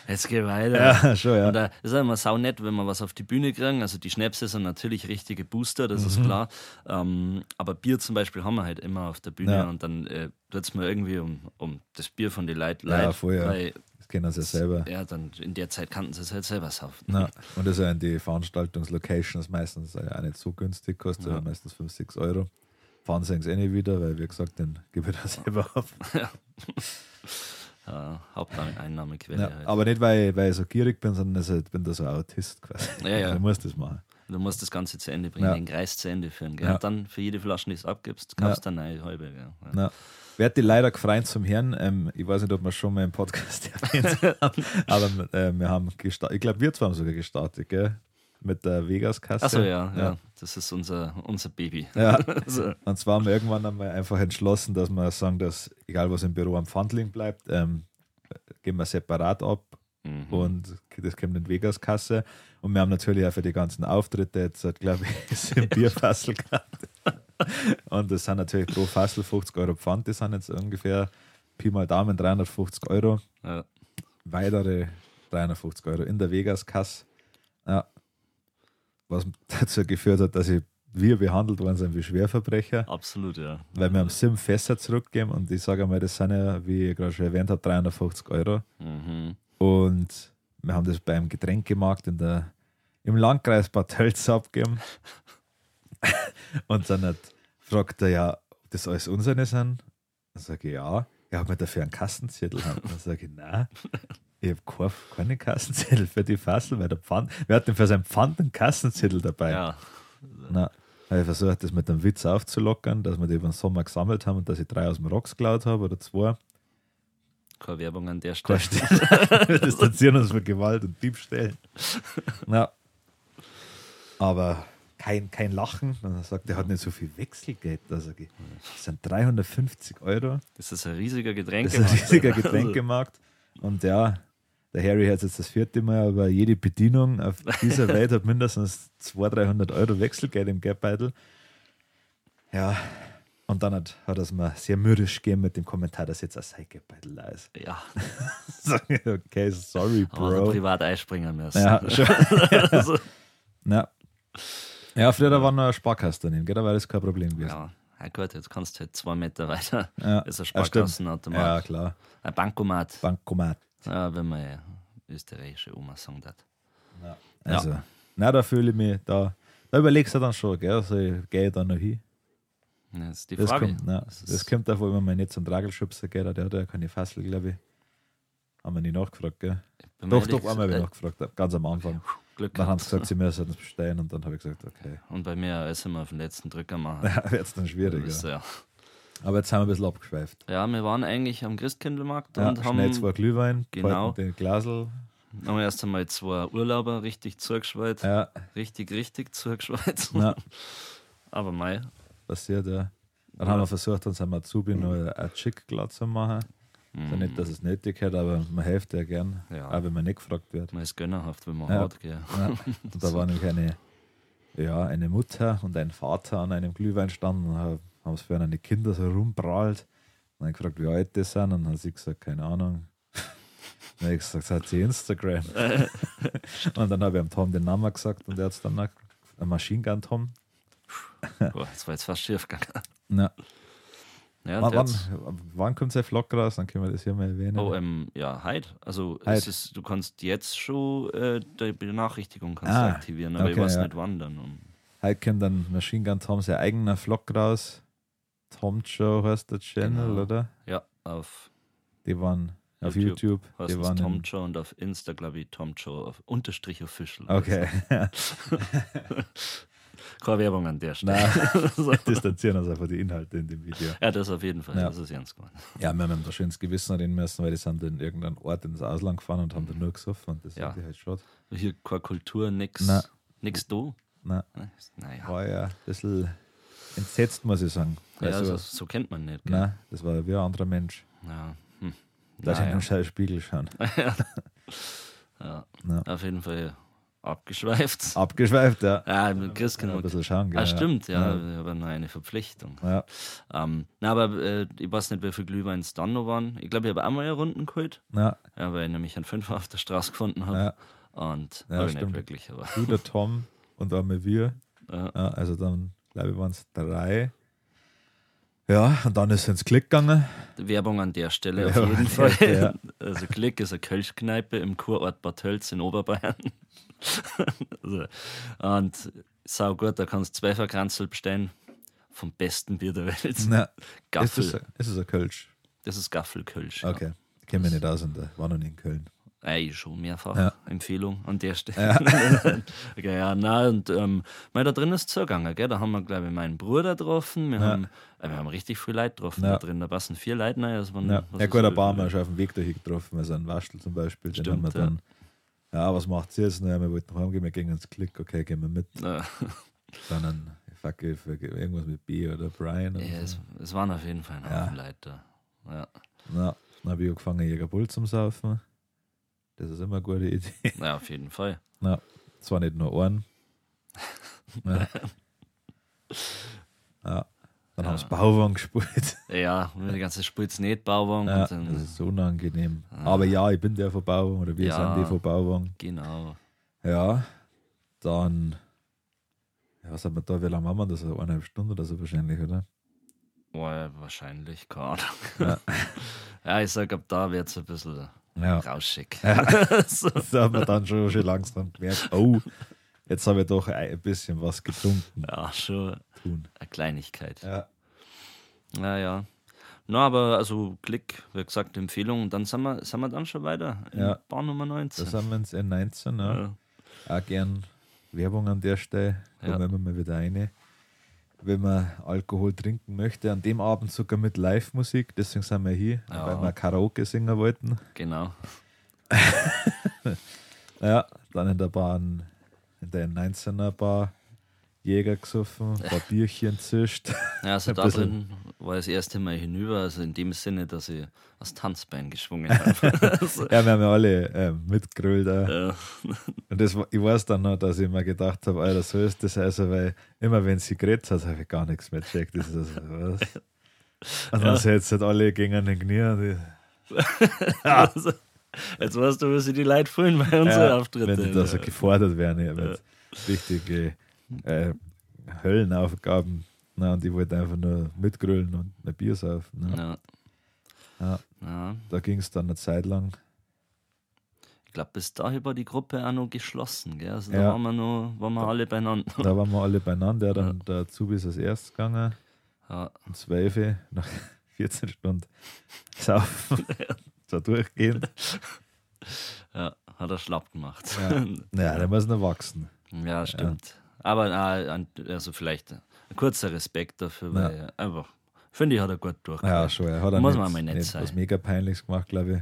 Speaker 2: Jetzt geh weiter.
Speaker 1: Ja, schon, ja.
Speaker 2: Und da ist auch immer sau nett, wenn wir was auf die Bühne kriegen. Also die Schnäpse sind natürlich richtige Booster, das
Speaker 1: Mhm.
Speaker 2: ist klar. Ähm, aber Bier zum Beispiel haben wir halt immer auf der Bühne
Speaker 1: Ja.
Speaker 2: und dann äh, wird es mir irgendwie um, um das Bier von den Leuten
Speaker 1: Ja,
Speaker 2: leid.
Speaker 1: voll, ja.
Speaker 2: Weil,
Speaker 1: Das kennen sie ja selber.
Speaker 2: ja, dann in der Zeit kannten sie es halt selber saufen.
Speaker 1: Na, und das sind die Veranstaltungslocations meistens äh, auch nicht so günstig, kostet
Speaker 2: Ja.
Speaker 1: ja. meistens 5, 6 Euro. Fahren sie es eh nicht wieder, weil wie gesagt, den gebe ich da selber auf.
Speaker 2: Äh, Haupteinnahmequelle.
Speaker 1: Ja,
Speaker 2: halt.
Speaker 1: aber nicht, weil ich, weil ich so gierig bin, sondern also, ich bin da so ein Autist quasi.
Speaker 2: Ja, ja.
Speaker 1: Ich muss das machen.
Speaker 2: Du musst das Ganze zu Ende bringen,
Speaker 1: Ja.
Speaker 2: den Kreis zu Ende führen. Gell?
Speaker 1: Ja.
Speaker 2: Und dann für jede Flasche, die du abgibst, kaufst du eine neue halbe. Gell? Ja.
Speaker 1: Na, wer hat die leider gefreut zum Herrn? Ähm, ich weiß nicht, ob wir schon mal im Podcast erwähnt haben, aber äh, wir haben gestartet. Ich glaube, wir zwei haben sogar gestartet, gell? Mit der Vegas-Kasse.
Speaker 2: Achso, ja, ja, Das ist unser, unser Baby.
Speaker 1: Ja.
Speaker 2: Also,
Speaker 1: Und zwar haben wir irgendwann einmal einfach entschlossen, dass wir sagen, dass egal was im Büro am Pfandling bleibt, ähm, gehen wir separat ab
Speaker 2: mhm.
Speaker 1: und das kommt in die Vegas-Kasse. Und wir haben natürlich auch für die ganzen Auftritte jetzt, glaube ich, im Bierfassel gehabt. Und das sind natürlich pro Fassel 50 Euro Pfand, das sind jetzt ungefähr Pi mal Daumen 350 Euro.
Speaker 2: ja.
Speaker 1: Weitere 350 Euro in der Vegas-Kasse. Ja. Was dazu geführt hat, dass ich, wir behandelt worden sind wie Schwerverbrecher,
Speaker 2: Absolut, ja.
Speaker 1: weil wir am Sim Fässer zurückgeben und ich sage mal, das sind ja, wie ich gerade schon erwähnt habe, 350 Euro.
Speaker 2: Mhm.
Speaker 1: Und wir haben das beim Getränkemarkt in der, im Landkreis Bad Tölz abgegeben. Und dann hat, fragt er ja, ob das alles unsere sind. Dann sage ich ja. Ja, ob wir dafür einen Kassenzettel haben. Dann sage ich, nein, ich habe keine, keine Kassenzettel für die Fassel, weil der Pfand, wer hat denn für seinen Pfand einen Kassenzettel dabei?
Speaker 2: Ja.
Speaker 1: Na, habe ich versucht, das mit einem Witz aufzulockern, dass wir die über den Sommer gesammelt haben und dass ich drei aus dem Rocks geklaut habe oder zwei.
Speaker 2: Keine Werbung an der
Speaker 1: Da
Speaker 2: Stelle.
Speaker 1: steht, wir distanzieren uns von Gewalt und Diebstählen. Na. Aber kein, kein Lachen. Dann sagt er, er hat nicht so viel Wechselgeld. Da sag ich, das sind 350 Euro.
Speaker 2: Das ist ein riesiger Getränk.
Speaker 1: Das ist ein riesiger
Speaker 2: Also
Speaker 1: Getränkemarkt. Und ja, der Harry hat jetzt das vierte Mal, aber jede Bedienung auf dieser Welt hat mindestens 200, 300 Euro Wechselgeld im Geldbeutel. Ja, und dann hat, hat er es mir sehr mürrisch gegeben mit dem Kommentar, dass jetzt ein sein Geldbeutel da ist.
Speaker 2: Ja,
Speaker 1: Sag ich, okay, sorry,
Speaker 2: aber so
Speaker 1: Bro.
Speaker 2: privat einspringen müssen.
Speaker 1: Ja, schon.
Speaker 2: Also,
Speaker 1: Ja. Ja, früher war noch ein Sparkasten daneben, gell? da wäre das kein Problem gewesen.
Speaker 2: ja. ja gut, jetzt kannst du halt zwei Meter weiter.
Speaker 1: Ja.
Speaker 2: Ist ein
Speaker 1: Ah, stimmt.
Speaker 2: Sparkassenautomat.
Speaker 1: Ja, klar.
Speaker 2: Ein Bankomat.
Speaker 1: Bankomat.
Speaker 2: ja, wenn man ja österreichische Oma sagen darf.
Speaker 1: Also, na, da fühle ich mich, da, Da überlegst du dann schon, gell? Also, gehe ich da noch hin?
Speaker 2: Ja, Das ist die
Speaker 1: Das
Speaker 2: Frage.
Speaker 1: kommt, nein, das,
Speaker 2: Das ist-
Speaker 1: kommt davon, wenn man nicht zum Tragelschubser geht, der hat ja keine Fassel, glaube ich. Haben wir nicht nachgefragt, gell?
Speaker 2: Bin mir
Speaker 1: Doch,
Speaker 2: ehrlich
Speaker 1: doch, einmal habe ich
Speaker 2: gesagt,
Speaker 1: nachgefragt, ganz am Anfang.
Speaker 2: äh, Glück
Speaker 1: Dann haben sie
Speaker 2: gehabt.
Speaker 1: gesagt, sie müssen es bestellen und dann habe ich gesagt, okay,
Speaker 2: Und bei mir ist immer auf den letzten Drücker machen.
Speaker 1: ja, wird es dann schwieriger.
Speaker 2: Das ist ja.
Speaker 1: Aber jetzt haben wir ein bisschen abgeschweift.
Speaker 2: ja, wir waren eigentlich am Christkindlmarkt
Speaker 1: Ja,
Speaker 2: und
Speaker 1: schnell
Speaker 2: haben,
Speaker 1: zwei Glühwein,
Speaker 2: Genau.
Speaker 1: bald den Glasel.
Speaker 2: haben erst einmal zwei Urlauber richtig zugeschweißt.
Speaker 1: Ja,
Speaker 2: Richtig, richtig zugeschweißt.
Speaker 1: na,
Speaker 2: Aber mei,
Speaker 1: passiert ja. Dann haben wir versucht, uns am Azubi noch
Speaker 2: Mhm.
Speaker 1: ein Chick glatt zu machen. Also nicht, dass es nötig hat, aber man hilft ja gern,
Speaker 2: Ja.
Speaker 1: auch wenn man nicht gefragt wird.
Speaker 2: Ähm, man ist gönnerhaft, wenn man
Speaker 1: Ja.
Speaker 2: hat. Gell.
Speaker 1: Ja. Und da war nämlich eine, ja, eine Mutter und ein Vater an einem Glühwein standen und haben haben sie für eine Kinder so rumprallt. Und dann gefragt, wie alt die sind. Und dann hat sie gesagt, keine Ahnung. Dann habe ich gesagt, hat sie Instagram. und dann habe ich am Tom den Namen gesagt und er hat es dann noch ein Machine Gun Tom.
Speaker 2: Boah, das war jetzt fast schief gegangen.
Speaker 1: Na,
Speaker 2: Ja,
Speaker 1: wann,
Speaker 2: der hat's-
Speaker 1: wann, wann kommt der Vlog raus? Dann können wir das hier mal erwähnen.
Speaker 2: Oh, ähm, ja, halt. Also es
Speaker 1: Halt.
Speaker 2: ist, du kannst jetzt schon äh, die Benachrichtigung kannst
Speaker 1: Ah,
Speaker 2: du aktivieren, aber ich
Speaker 1: okay,
Speaker 2: weiß
Speaker 1: ja.
Speaker 2: nicht wann dann. Und
Speaker 1: Heute kommt dann Machine Gun Tom sein eigener Vlog raus. Tom Show heißt der Channel,
Speaker 2: Genau.
Speaker 1: oder?
Speaker 2: ja, auf
Speaker 1: Die waren auf
Speaker 2: YouTube.
Speaker 1: YouTube.
Speaker 2: heißt
Speaker 1: die
Speaker 2: es
Speaker 1: waren in-
Speaker 2: Tomjo und auf Insta, glaube ich, Tomjo auf Unterstrich Official. Also,
Speaker 1: Okay,
Speaker 2: Keine Werbung an der Stelle.
Speaker 1: na,
Speaker 2: So.
Speaker 1: distanzieren uns einfach die Inhalte in dem Video.
Speaker 2: Ja, das auf jeden Fall.
Speaker 1: Ja.
Speaker 2: Das ist ganz gut.
Speaker 1: Ja, wir haben da schön ins Gewissen reden müssen, weil die sind in irgendeinen Ort ins Ausland gefahren und haben da nur gesoffen und das
Speaker 2: Mhm. Ja.
Speaker 1: ja. ich halt schon.
Speaker 2: Hier keine Kultur, nix,
Speaker 1: Na.
Speaker 2: nix da.
Speaker 1: Na,
Speaker 2: Naja,
Speaker 1: war ja ein bisschen entsetzt, muss ich sagen.
Speaker 2: ja,
Speaker 1: Weil
Speaker 2: so,
Speaker 1: sowas-
Speaker 2: so kennt man nicht. Gell?
Speaker 1: na, das war wie ein anderer Mensch.
Speaker 2: Ja. Hm.
Speaker 1: Lass ich in
Speaker 2: Naja.
Speaker 1: den scheiß Spiegel schauen.
Speaker 2: Ja.
Speaker 1: Na.
Speaker 2: Auf jeden Fall abgeschweift.
Speaker 1: Abgeschweift, ja.
Speaker 2: Ja, mit Christkind.
Speaker 1: Ein bisschen schauen, gell?
Speaker 2: Ah, stimmt, ja,
Speaker 1: Ja.
Speaker 2: wir haben noch eine Verpflichtung.
Speaker 1: ja.
Speaker 2: Ähm, na, aber äh, ich weiß nicht, wie viel Glühwein es dann noch waren. Ich glaube, ich habe einmal eine Runden geholt,
Speaker 1: Na,
Speaker 2: ja, weil ich nämlich einen Fünfer auf der Straße gefunden habe.
Speaker 1: Ja.
Speaker 2: Und
Speaker 1: Ja,
Speaker 2: hab ich nicht
Speaker 1: stimmt.
Speaker 2: wirklich, aber
Speaker 1: du, der Tom und einmal wir.
Speaker 2: Ja.
Speaker 1: Ja, also dann, glaube ich, waren es drei. Ja, und dann ist es ins Klick gegangen.
Speaker 2: Werbung an der Stelle auf
Speaker 1: Werbung
Speaker 2: jeden
Speaker 1: an der
Speaker 2: Fall.
Speaker 1: Stelle,
Speaker 2: Also Klick ist eine Kölschkneipe im Kurort Bad Tölz in Oberbayern. also, und sau gut, da kannst du zwei Verkranzel bestellen vom besten Bier der Welt.
Speaker 1: Na, ist
Speaker 2: Gaffel.
Speaker 1: es, ist es ein Kölsch?
Speaker 2: Das ist Gaffelkölsch.
Speaker 1: Okay. Kennen wir nicht aus und äh, war noch nie in Köln.
Speaker 2: Ei, schon mehrfach.
Speaker 1: Ja.
Speaker 2: Empfehlung an der Stelle. okay, ja, na, und ähm, mei, da drin ist zugegangen, gell? Da haben wir, glaube ich, meinen Bruder getroffen. Wir, haben, äh, wir haben richtig viel Leute getroffen da
Speaker 1: Ja.
Speaker 2: drin. Da passen vier Leute rein. Hm, Das waren,
Speaker 1: Ja,
Speaker 2: was
Speaker 1: ja
Speaker 2: ist-
Speaker 1: gut, ein paar haben wir schon auf dem Weg dahin getroffen, also ein Waschel zum Beispiel, den haben wir
Speaker 2: Stimmt, ja.
Speaker 1: dann. Ja, was macht ihr jetzt? Naja, wir wollten heimgehen, wir gehen ins Klick, okay, gehen wir mit.
Speaker 2: Ja,
Speaker 1: Dann ein, fuck, ich verge- irgendwas mit B oder Brian. Oder
Speaker 2: ja,
Speaker 1: so.
Speaker 2: es, es waren auf jeden Fall ein
Speaker 1: Ja.
Speaker 2: Haufen Leute da. Ja,
Speaker 1: Na, dann habe ich angefangen, Jägerbull zum Saufen. Das ist immer eine gute Idee.
Speaker 2: na, auf jeden Fall.
Speaker 1: Zwar nicht nur Ohren. Ja. ja. Dann
Speaker 2: Ja.
Speaker 1: haben sie Bauwagen gespielt.
Speaker 2: Ja, die ganze Spitz nicht Bauwagen.
Speaker 1: Ja,
Speaker 2: und
Speaker 1: das
Speaker 2: dann,
Speaker 1: ist unangenehm. Aber ja, ich bin der von Bauwagen oder wir
Speaker 2: Ja.
Speaker 1: sind die von Bauwagen.
Speaker 2: genau.
Speaker 1: Ja, dann. Ja, was hat man da? Wie lange machen wir das? Also Eineinhalb Stunden oder so wahrscheinlich, oder?
Speaker 2: Boah, ja, wahrscheinlich, keine Ahnung. Ja,
Speaker 1: Ja.
Speaker 2: ich sag, ab da wird es ein bisschen
Speaker 1: Ja.
Speaker 2: rauschig. so.
Speaker 1: Das hat man dann schon, schon langsam gemerkt. Oh, jetzt habe ich doch ein bisschen was getrunken.
Speaker 2: Ja, schon
Speaker 1: Tun.
Speaker 2: eine Kleinigkeit.
Speaker 1: Ja.
Speaker 2: Naja. Na, aber also Klick, wie gesagt, Empfehlung. Und dann sind wir, sind wir dann schon weiter. in
Speaker 1: Ja.
Speaker 2: Bar Nummer 19.
Speaker 1: Das haben wir ins ne? N19. Ja.
Speaker 2: ja.
Speaker 1: Auch gern Werbung an der Stelle.
Speaker 2: Ja.
Speaker 1: Da wir mal wieder eine. Wenn man Alkohol trinken möchte, an dem Abend sogar mit Live-Musik. Deswegen sind wir hier,
Speaker 2: Ja.
Speaker 1: weil wir Karaoke singen wollten.
Speaker 2: Genau.
Speaker 1: Ja, dann in der Bahn, in der 19er Bar, Jäger gesoffen, ein paar Bierchen zischt.
Speaker 2: Ja, also
Speaker 1: Ein
Speaker 2: da
Speaker 1: bisschen.
Speaker 2: drin war das erste Mal hinüber. Also in dem Sinne, dass ich das Tanzbein geschwungen habe. Also,
Speaker 1: Ja, wir haben ja alle ähm, mitgerüllt. auch.
Speaker 2: Ja.
Speaker 1: Und das, war- ich weiß dann noch, dass ich mir gedacht habe, Alter, so ist das also, weil immer wenn sie geredet hat, habe ich gar nichts mehr gecheckt. Das ist also, was? Und dann setzt halt alle gegen an den Knie. Und ich,
Speaker 2: also, jetzt weißt du, was sie die Leute fühlen bei unseren
Speaker 1: Ja,
Speaker 2: Auftritten.
Speaker 1: Wenn die da so gefordert werden, ja, mit richtigen äh, Höllenaufgaben. Na, und ich wollte einfach nur mitgrölen und ein Bier saufen. Ne?
Speaker 2: ja.
Speaker 1: Ja.
Speaker 2: Ja.
Speaker 1: Da ging es dann eine Zeit lang.
Speaker 2: Ich Ich glaube, bis dahin war die Gruppe auch noch geschlossen. Gell? Also da
Speaker 1: Ja.
Speaker 2: waren wir, noch, waren wir alle beieinander.
Speaker 1: Da waren wir alle beieinander. Dann der Azubi ist als erstes gegangen.
Speaker 2: Ja,
Speaker 1: Um 12 Uhr, nach 14 Stunden saufen. so durchgehend.
Speaker 2: ja, hat er schlapp gemacht.
Speaker 1: Ja. Naja, der muss noch wachsen.
Speaker 2: Ja, stimmt. Aber äh, an- also vielleicht ein kurzer Respekt dafür, weil einfach, finde ich, hat er gut
Speaker 1: Ja,
Speaker 2: durchgemacht.
Speaker 1: schon. Er hat auch
Speaker 2: Muss
Speaker 1: nicht,
Speaker 2: man mal nett
Speaker 1: nicht was
Speaker 2: sein.
Speaker 1: mega Peinliches gemacht, glaube ich.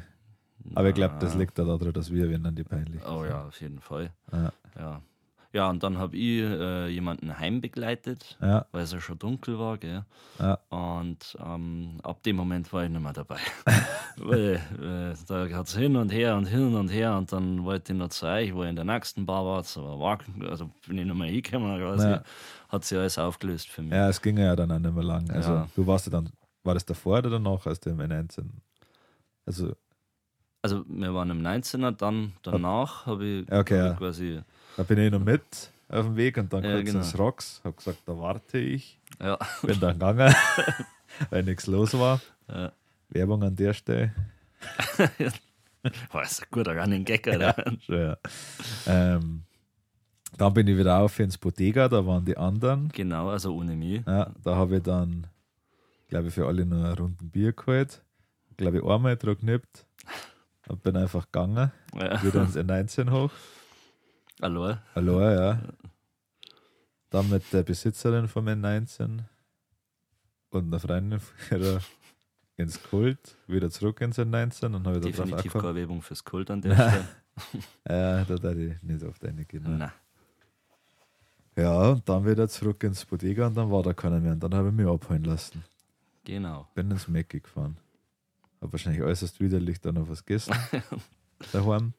Speaker 1: Aber ich glaube, das liegt auch daran, dass wir, wenn dann die peinlich
Speaker 2: oh ja, auf jeden Fall.
Speaker 1: Ja.
Speaker 2: Ja, ja und dann habe ich äh, jemanden heimbegleitet,
Speaker 1: Ja,
Speaker 2: weil es ja schon dunkel war, gell?
Speaker 1: ja,
Speaker 2: Und ähm, ab dem Moment war ich nicht mehr dabei. Weil äh, da hat es hin und her und hin und her und dann wollte ich noch zu euch, wo ich in der nächsten Bar war, so war, also bin ich noch mal hingekommen, quasi.
Speaker 1: Ja.
Speaker 2: Hat sich alles aufgelöst für mich.
Speaker 1: ja, es ging ja dann auch nicht mehr lang. Also,
Speaker 2: Ja.
Speaker 1: du warst ja dann, war das davor oder danach aus dem N19? Also,
Speaker 2: Also wir waren im 19er, dann danach habe ich
Speaker 1: Okay,
Speaker 2: hab ich
Speaker 1: ja.
Speaker 2: quasi,
Speaker 1: da bin ich noch mit auf dem Weg und dann
Speaker 2: Ja,
Speaker 1: kurz
Speaker 2: genau.
Speaker 1: ins Rocks, habe gesagt, da warte ich.
Speaker 2: ja,
Speaker 1: Bin dann gegangen, weil nichts los war.
Speaker 2: Ja.
Speaker 1: Werbung an der Stelle.
Speaker 2: war ist ein guter Running Gag, Alter.
Speaker 1: Schon, ja. ähm, dann bin ich wieder auf ins Bodega, da waren die anderen.
Speaker 2: Genau, also ohne mich.
Speaker 1: Ja, da habe ich dann, glaube ich, für alle noch einen runden Bier geholt. Glaube ich, einmal drauf geknippt und bin einfach gegangen.
Speaker 2: Ja.
Speaker 1: Wieder ins N19 hoch.
Speaker 2: Hallo,
Speaker 1: Hallo, ja. Dann mit der Besitzerin vom N19 und einer Freundin von ihrer ins Kult, wieder zurück ins N19 und habe ich da drauf
Speaker 2: definitiv
Speaker 1: angekommen.
Speaker 2: keine Werbung fürs Kult an der Stelle.
Speaker 1: Ja, da darf ich nicht auf deine Kinder.
Speaker 2: Nein.
Speaker 1: Ja, und dann wieder zurück ins Bodega und dann war da keiner mehr. Und dann habe ich mich abholen lassen.
Speaker 2: Genau.
Speaker 1: Bin ins Mäcki gefahren. Habe wahrscheinlich äußerst widerlich dann noch was gegessen. daheim.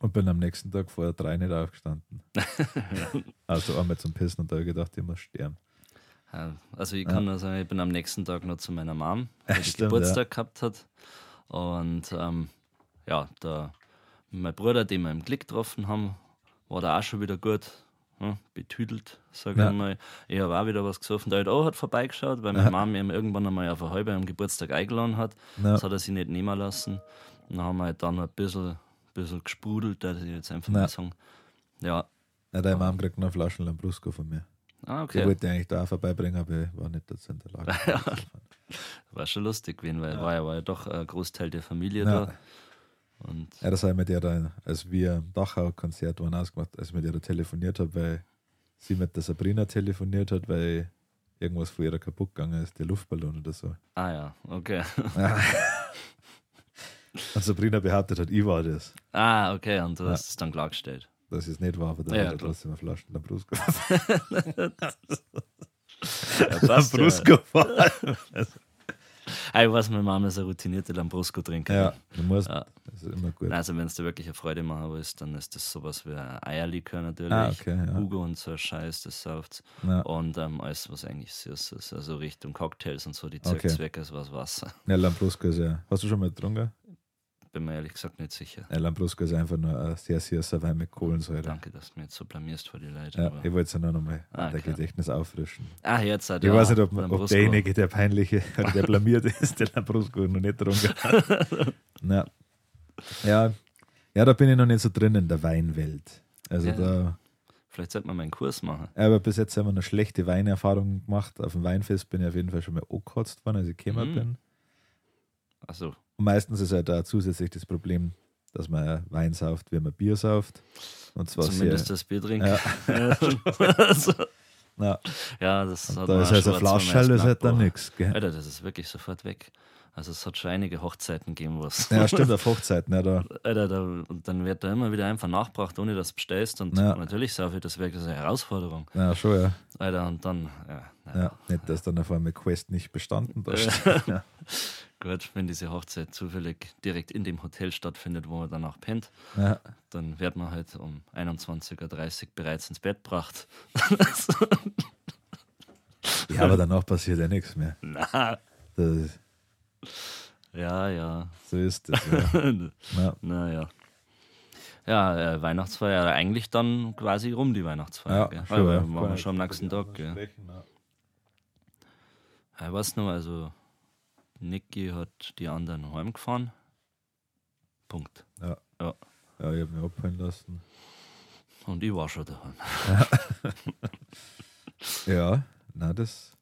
Speaker 1: Und bin am nächsten Tag vorher drei nicht aufgestanden. also einmal zum Pissen und da habe ich gedacht, ich muss sterben.
Speaker 2: Ja, Also ich kann nur sagen, ich bin am nächsten Tag noch zu meiner Mom, weil die
Speaker 1: stimmt,
Speaker 2: Geburtstag gehabt hat. Und ähm, ja, da mein Bruder, den wir im Klick getroffen haben, war da auch schon wieder gut hm, betüdelt, sage
Speaker 1: Ja.
Speaker 2: ich mal. Ich habe auch wieder was gesoffen. Der halt auch hat vorbeigeschaut, weil meine Mom ihm irgendwann einmal auf eine halbe am Geburtstag eingeladen hat.
Speaker 1: Ja.
Speaker 2: Das hat er sich nicht nehmen lassen. Und dann haben wir halt dann ein bisschen, bisschen gesprudelt, dass ich jetzt einfach mal
Speaker 1: Ja.
Speaker 2: sagen. Ja,
Speaker 1: Ja, deine Mom kriegt noch eine Flasche Lambrusco von mir.
Speaker 2: ah,
Speaker 1: Ich
Speaker 2: okay.
Speaker 1: wollte die eigentlich da auch vorbeibringen, aber ich war nicht dazu in der Lage.
Speaker 2: War schon lustig gewesen, weil war, ja, war ja doch ein Großteil der Familie
Speaker 1: Ja.
Speaker 2: da. Und
Speaker 1: Ja, das habe ich mit ihr dann, als wir im Dachau-Konzert waren, ausgemacht, als ich mit ihr telefoniert habe, weil sie mit der Sabrina telefoniert hat, weil irgendwas von ihrer kaputt gegangen ist, der Luftballon oder so.
Speaker 2: Ah ja, okay.
Speaker 1: Und Sabrina behauptet hat, ich war das.
Speaker 2: Ah, okay, und du hast es dann klargestellt.
Speaker 1: Dass es nicht war, aber dann
Speaker 2: Ja,
Speaker 1: hat er
Speaker 2: klar.
Speaker 1: trotzdem eine Flasche Lambrusco.
Speaker 2: Ja, passt ja.
Speaker 1: Lambrusco war.
Speaker 2: Ah, was meine Mama ist eine routinierte Lambrusco-Trinker.
Speaker 1: Ja, du musst.
Speaker 2: Ja.
Speaker 1: Das ist immer gut.
Speaker 2: Nein, Also, wenn es dir wirklich eine Freude machen willst, dann ist das sowas wie ein Eierlikör natürlich.
Speaker 1: Ah, okay, ja.
Speaker 2: Hugo und so ein Scheiß, das sauft.
Speaker 1: Ja.
Speaker 2: Und ähm, alles, was eigentlich süß ist. Also Richtung Cocktails und so, die Zeug
Speaker 1: Okay.
Speaker 2: weg ist was Wasser.
Speaker 1: Ja, Lambrusco ist ja. Hast du schon mal getrunken?
Speaker 2: Bin mir ehrlich gesagt nicht sicher.
Speaker 1: Ja, Lambrusco ist einfach nur ein sehr süßer Wein mit Kohlensäure.
Speaker 2: Danke, dass du mir jetzt so blamierst vor die Leute.
Speaker 1: Ja,
Speaker 2: aber-
Speaker 1: ich wollte es ja nur nochmal
Speaker 2: Ah,
Speaker 1: der
Speaker 2: klar.
Speaker 1: Gedächtnis auffrischen.
Speaker 2: Ah, jetzt hat
Speaker 1: Ich
Speaker 2: ja,
Speaker 1: weiß nicht, ob, man- ob
Speaker 2: Lambrusco.
Speaker 1: derjenige, der peinliche oder der blamiert ist, der Lambrusco noch nicht drum hat. ja. Ja. ja, da bin ich noch nicht so drin in der Weinwelt. Also
Speaker 2: Ja.
Speaker 1: da,
Speaker 2: Vielleicht sollte man mal einen Kurs machen.
Speaker 1: aber bis jetzt haben wir noch schlechte Weinerfahrungen gemacht. Auf dem Weinfest bin ich auf jeden Fall schon mal angekotzt worden, als ich gekommen
Speaker 2: Mhm.
Speaker 1: bin.
Speaker 2: Also,
Speaker 1: Und meistens ist halt da zusätzlich das Problem, dass man Wein sauft, wie man Bier sauft. Und zwar
Speaker 2: zumindest
Speaker 1: sehr.
Speaker 2: das Bier trinken. Also,
Speaker 1: Na,
Speaker 2: Ja, das hat
Speaker 1: da
Speaker 2: man
Speaker 1: ist also
Speaker 2: auch schon zweimal
Speaker 1: Flaschall, ist halt
Speaker 2: knapp,
Speaker 1: dann
Speaker 2: boah.
Speaker 1: nichts. Ja,
Speaker 2: Alter, das ist wirklich sofort weg. Also es hat schon einige Hochzeiten gegeben, was.
Speaker 1: stimmt, auf Hochzeiten. Ja, da,
Speaker 2: Alter, da, und dann wird da immer wieder einfach nachgebracht, ohne dass du bestellst. Und
Speaker 1: Ja.
Speaker 2: natürlich saufe ich das weg, das ist eine Herausforderung.
Speaker 1: ja, schon, ja.
Speaker 2: Alter, und dann, ja, naja,
Speaker 1: Ja, nicht, dass dann auf einmal Quest nicht bestanden da ja.
Speaker 2: gut, wenn diese Hochzeit zufällig direkt in dem Hotel stattfindet, wo man danach pennt,
Speaker 1: ja.
Speaker 2: dann wird man halt um 21.30 Uhr bereits ins Bett gebracht. Also,
Speaker 1: ja, aber danach passiert ja nichts mehr.
Speaker 2: Na,
Speaker 1: Das,
Speaker 2: ja, ja.
Speaker 1: so ist es. Ja. Ja.
Speaker 2: Naja. Ja, äh, Weihnachtsfeier, eigentlich dann quasi rum die Weihnachtsfeier.
Speaker 1: Ja,
Speaker 2: gell?
Speaker 1: schon,
Speaker 2: Also,
Speaker 1: ja.
Speaker 2: Machen wir schon am nächsten Tag. Gell? Ich weiß nur, also Niki hat die anderen heimgefahren. Punkt.
Speaker 1: Ja.
Speaker 2: ja.
Speaker 1: Ja, ich habe mich abholen lassen.
Speaker 2: Und ich war schon daheim.
Speaker 1: Ja, na das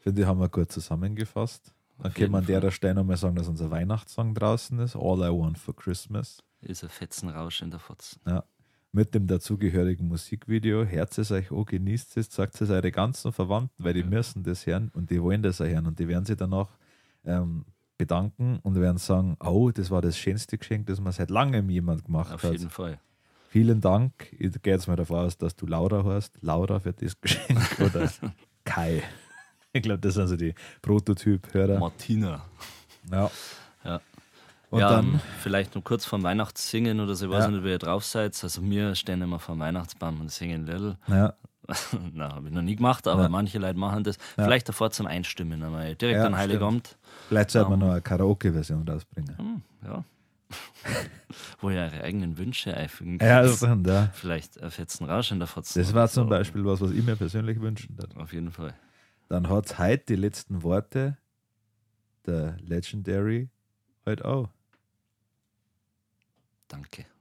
Speaker 1: finde ich, haben wir gut zusammengefasst. Dann
Speaker 2: Auf
Speaker 1: können wir an
Speaker 2: jeden
Speaker 1: der Stelle nochmal sagen, dass unser Weihnachtssong draußen ist, All I Want for Christmas,
Speaker 2: Ist ein Fetzenrausch in der Fotz.
Speaker 1: mit dem dazugehörigen Musikvideo. Herz es euch an, genießt es, sagt es eure ganzen Verwandten, weil die müssen das hören und die wollen das auch hören und die werden sich danach ähm, bedanken und werden sagen, oh, das war das schönste Geschenk, das mir seit langem jemand gemacht
Speaker 2: Auf
Speaker 1: hat.
Speaker 2: jeden Fall.
Speaker 1: Vielen Dank. Ich gehe jetzt mal davon aus, dass du Laura hast. Laura für das Geschenk oder Kai. Ich glaube, das sind so die Prototyp-Hörer.
Speaker 2: Martina.
Speaker 1: Ja.
Speaker 2: Ja.
Speaker 1: Und
Speaker 2: ja, ähm,
Speaker 1: dann,
Speaker 2: vielleicht nur kurz vom Weihnachtssingen oder so, ich weiß
Speaker 1: Ja.
Speaker 2: nicht, wie ihr drauf seid. Also wir stehen immer vor dem Weihnachtsbaum und singen Little.
Speaker 1: ja,
Speaker 2: Na, habe ich noch nie gemacht, aber
Speaker 1: Ja.
Speaker 2: manche Leute machen das.
Speaker 1: Ja.
Speaker 2: Vielleicht davor zum Einstimmen einmal. Direkt
Speaker 1: Ja,
Speaker 2: an Heiligabend.
Speaker 1: vielleicht sollte man noch eine Karaoke-Version rausbringen.
Speaker 2: Hm, ja. Wo ihr eure eigenen Wünsche einfügen könnt.
Speaker 1: Ja, das sind, ja.
Speaker 2: Vielleicht ein fetzen Rausch in der Fotzen.
Speaker 1: Das war zum Beispiel was, was ich mir persönlich wünschen würde.
Speaker 2: Auf jeden Fall.
Speaker 1: Dann hat es heute die letzten Worte der Legendary halt auch.
Speaker 2: Danke.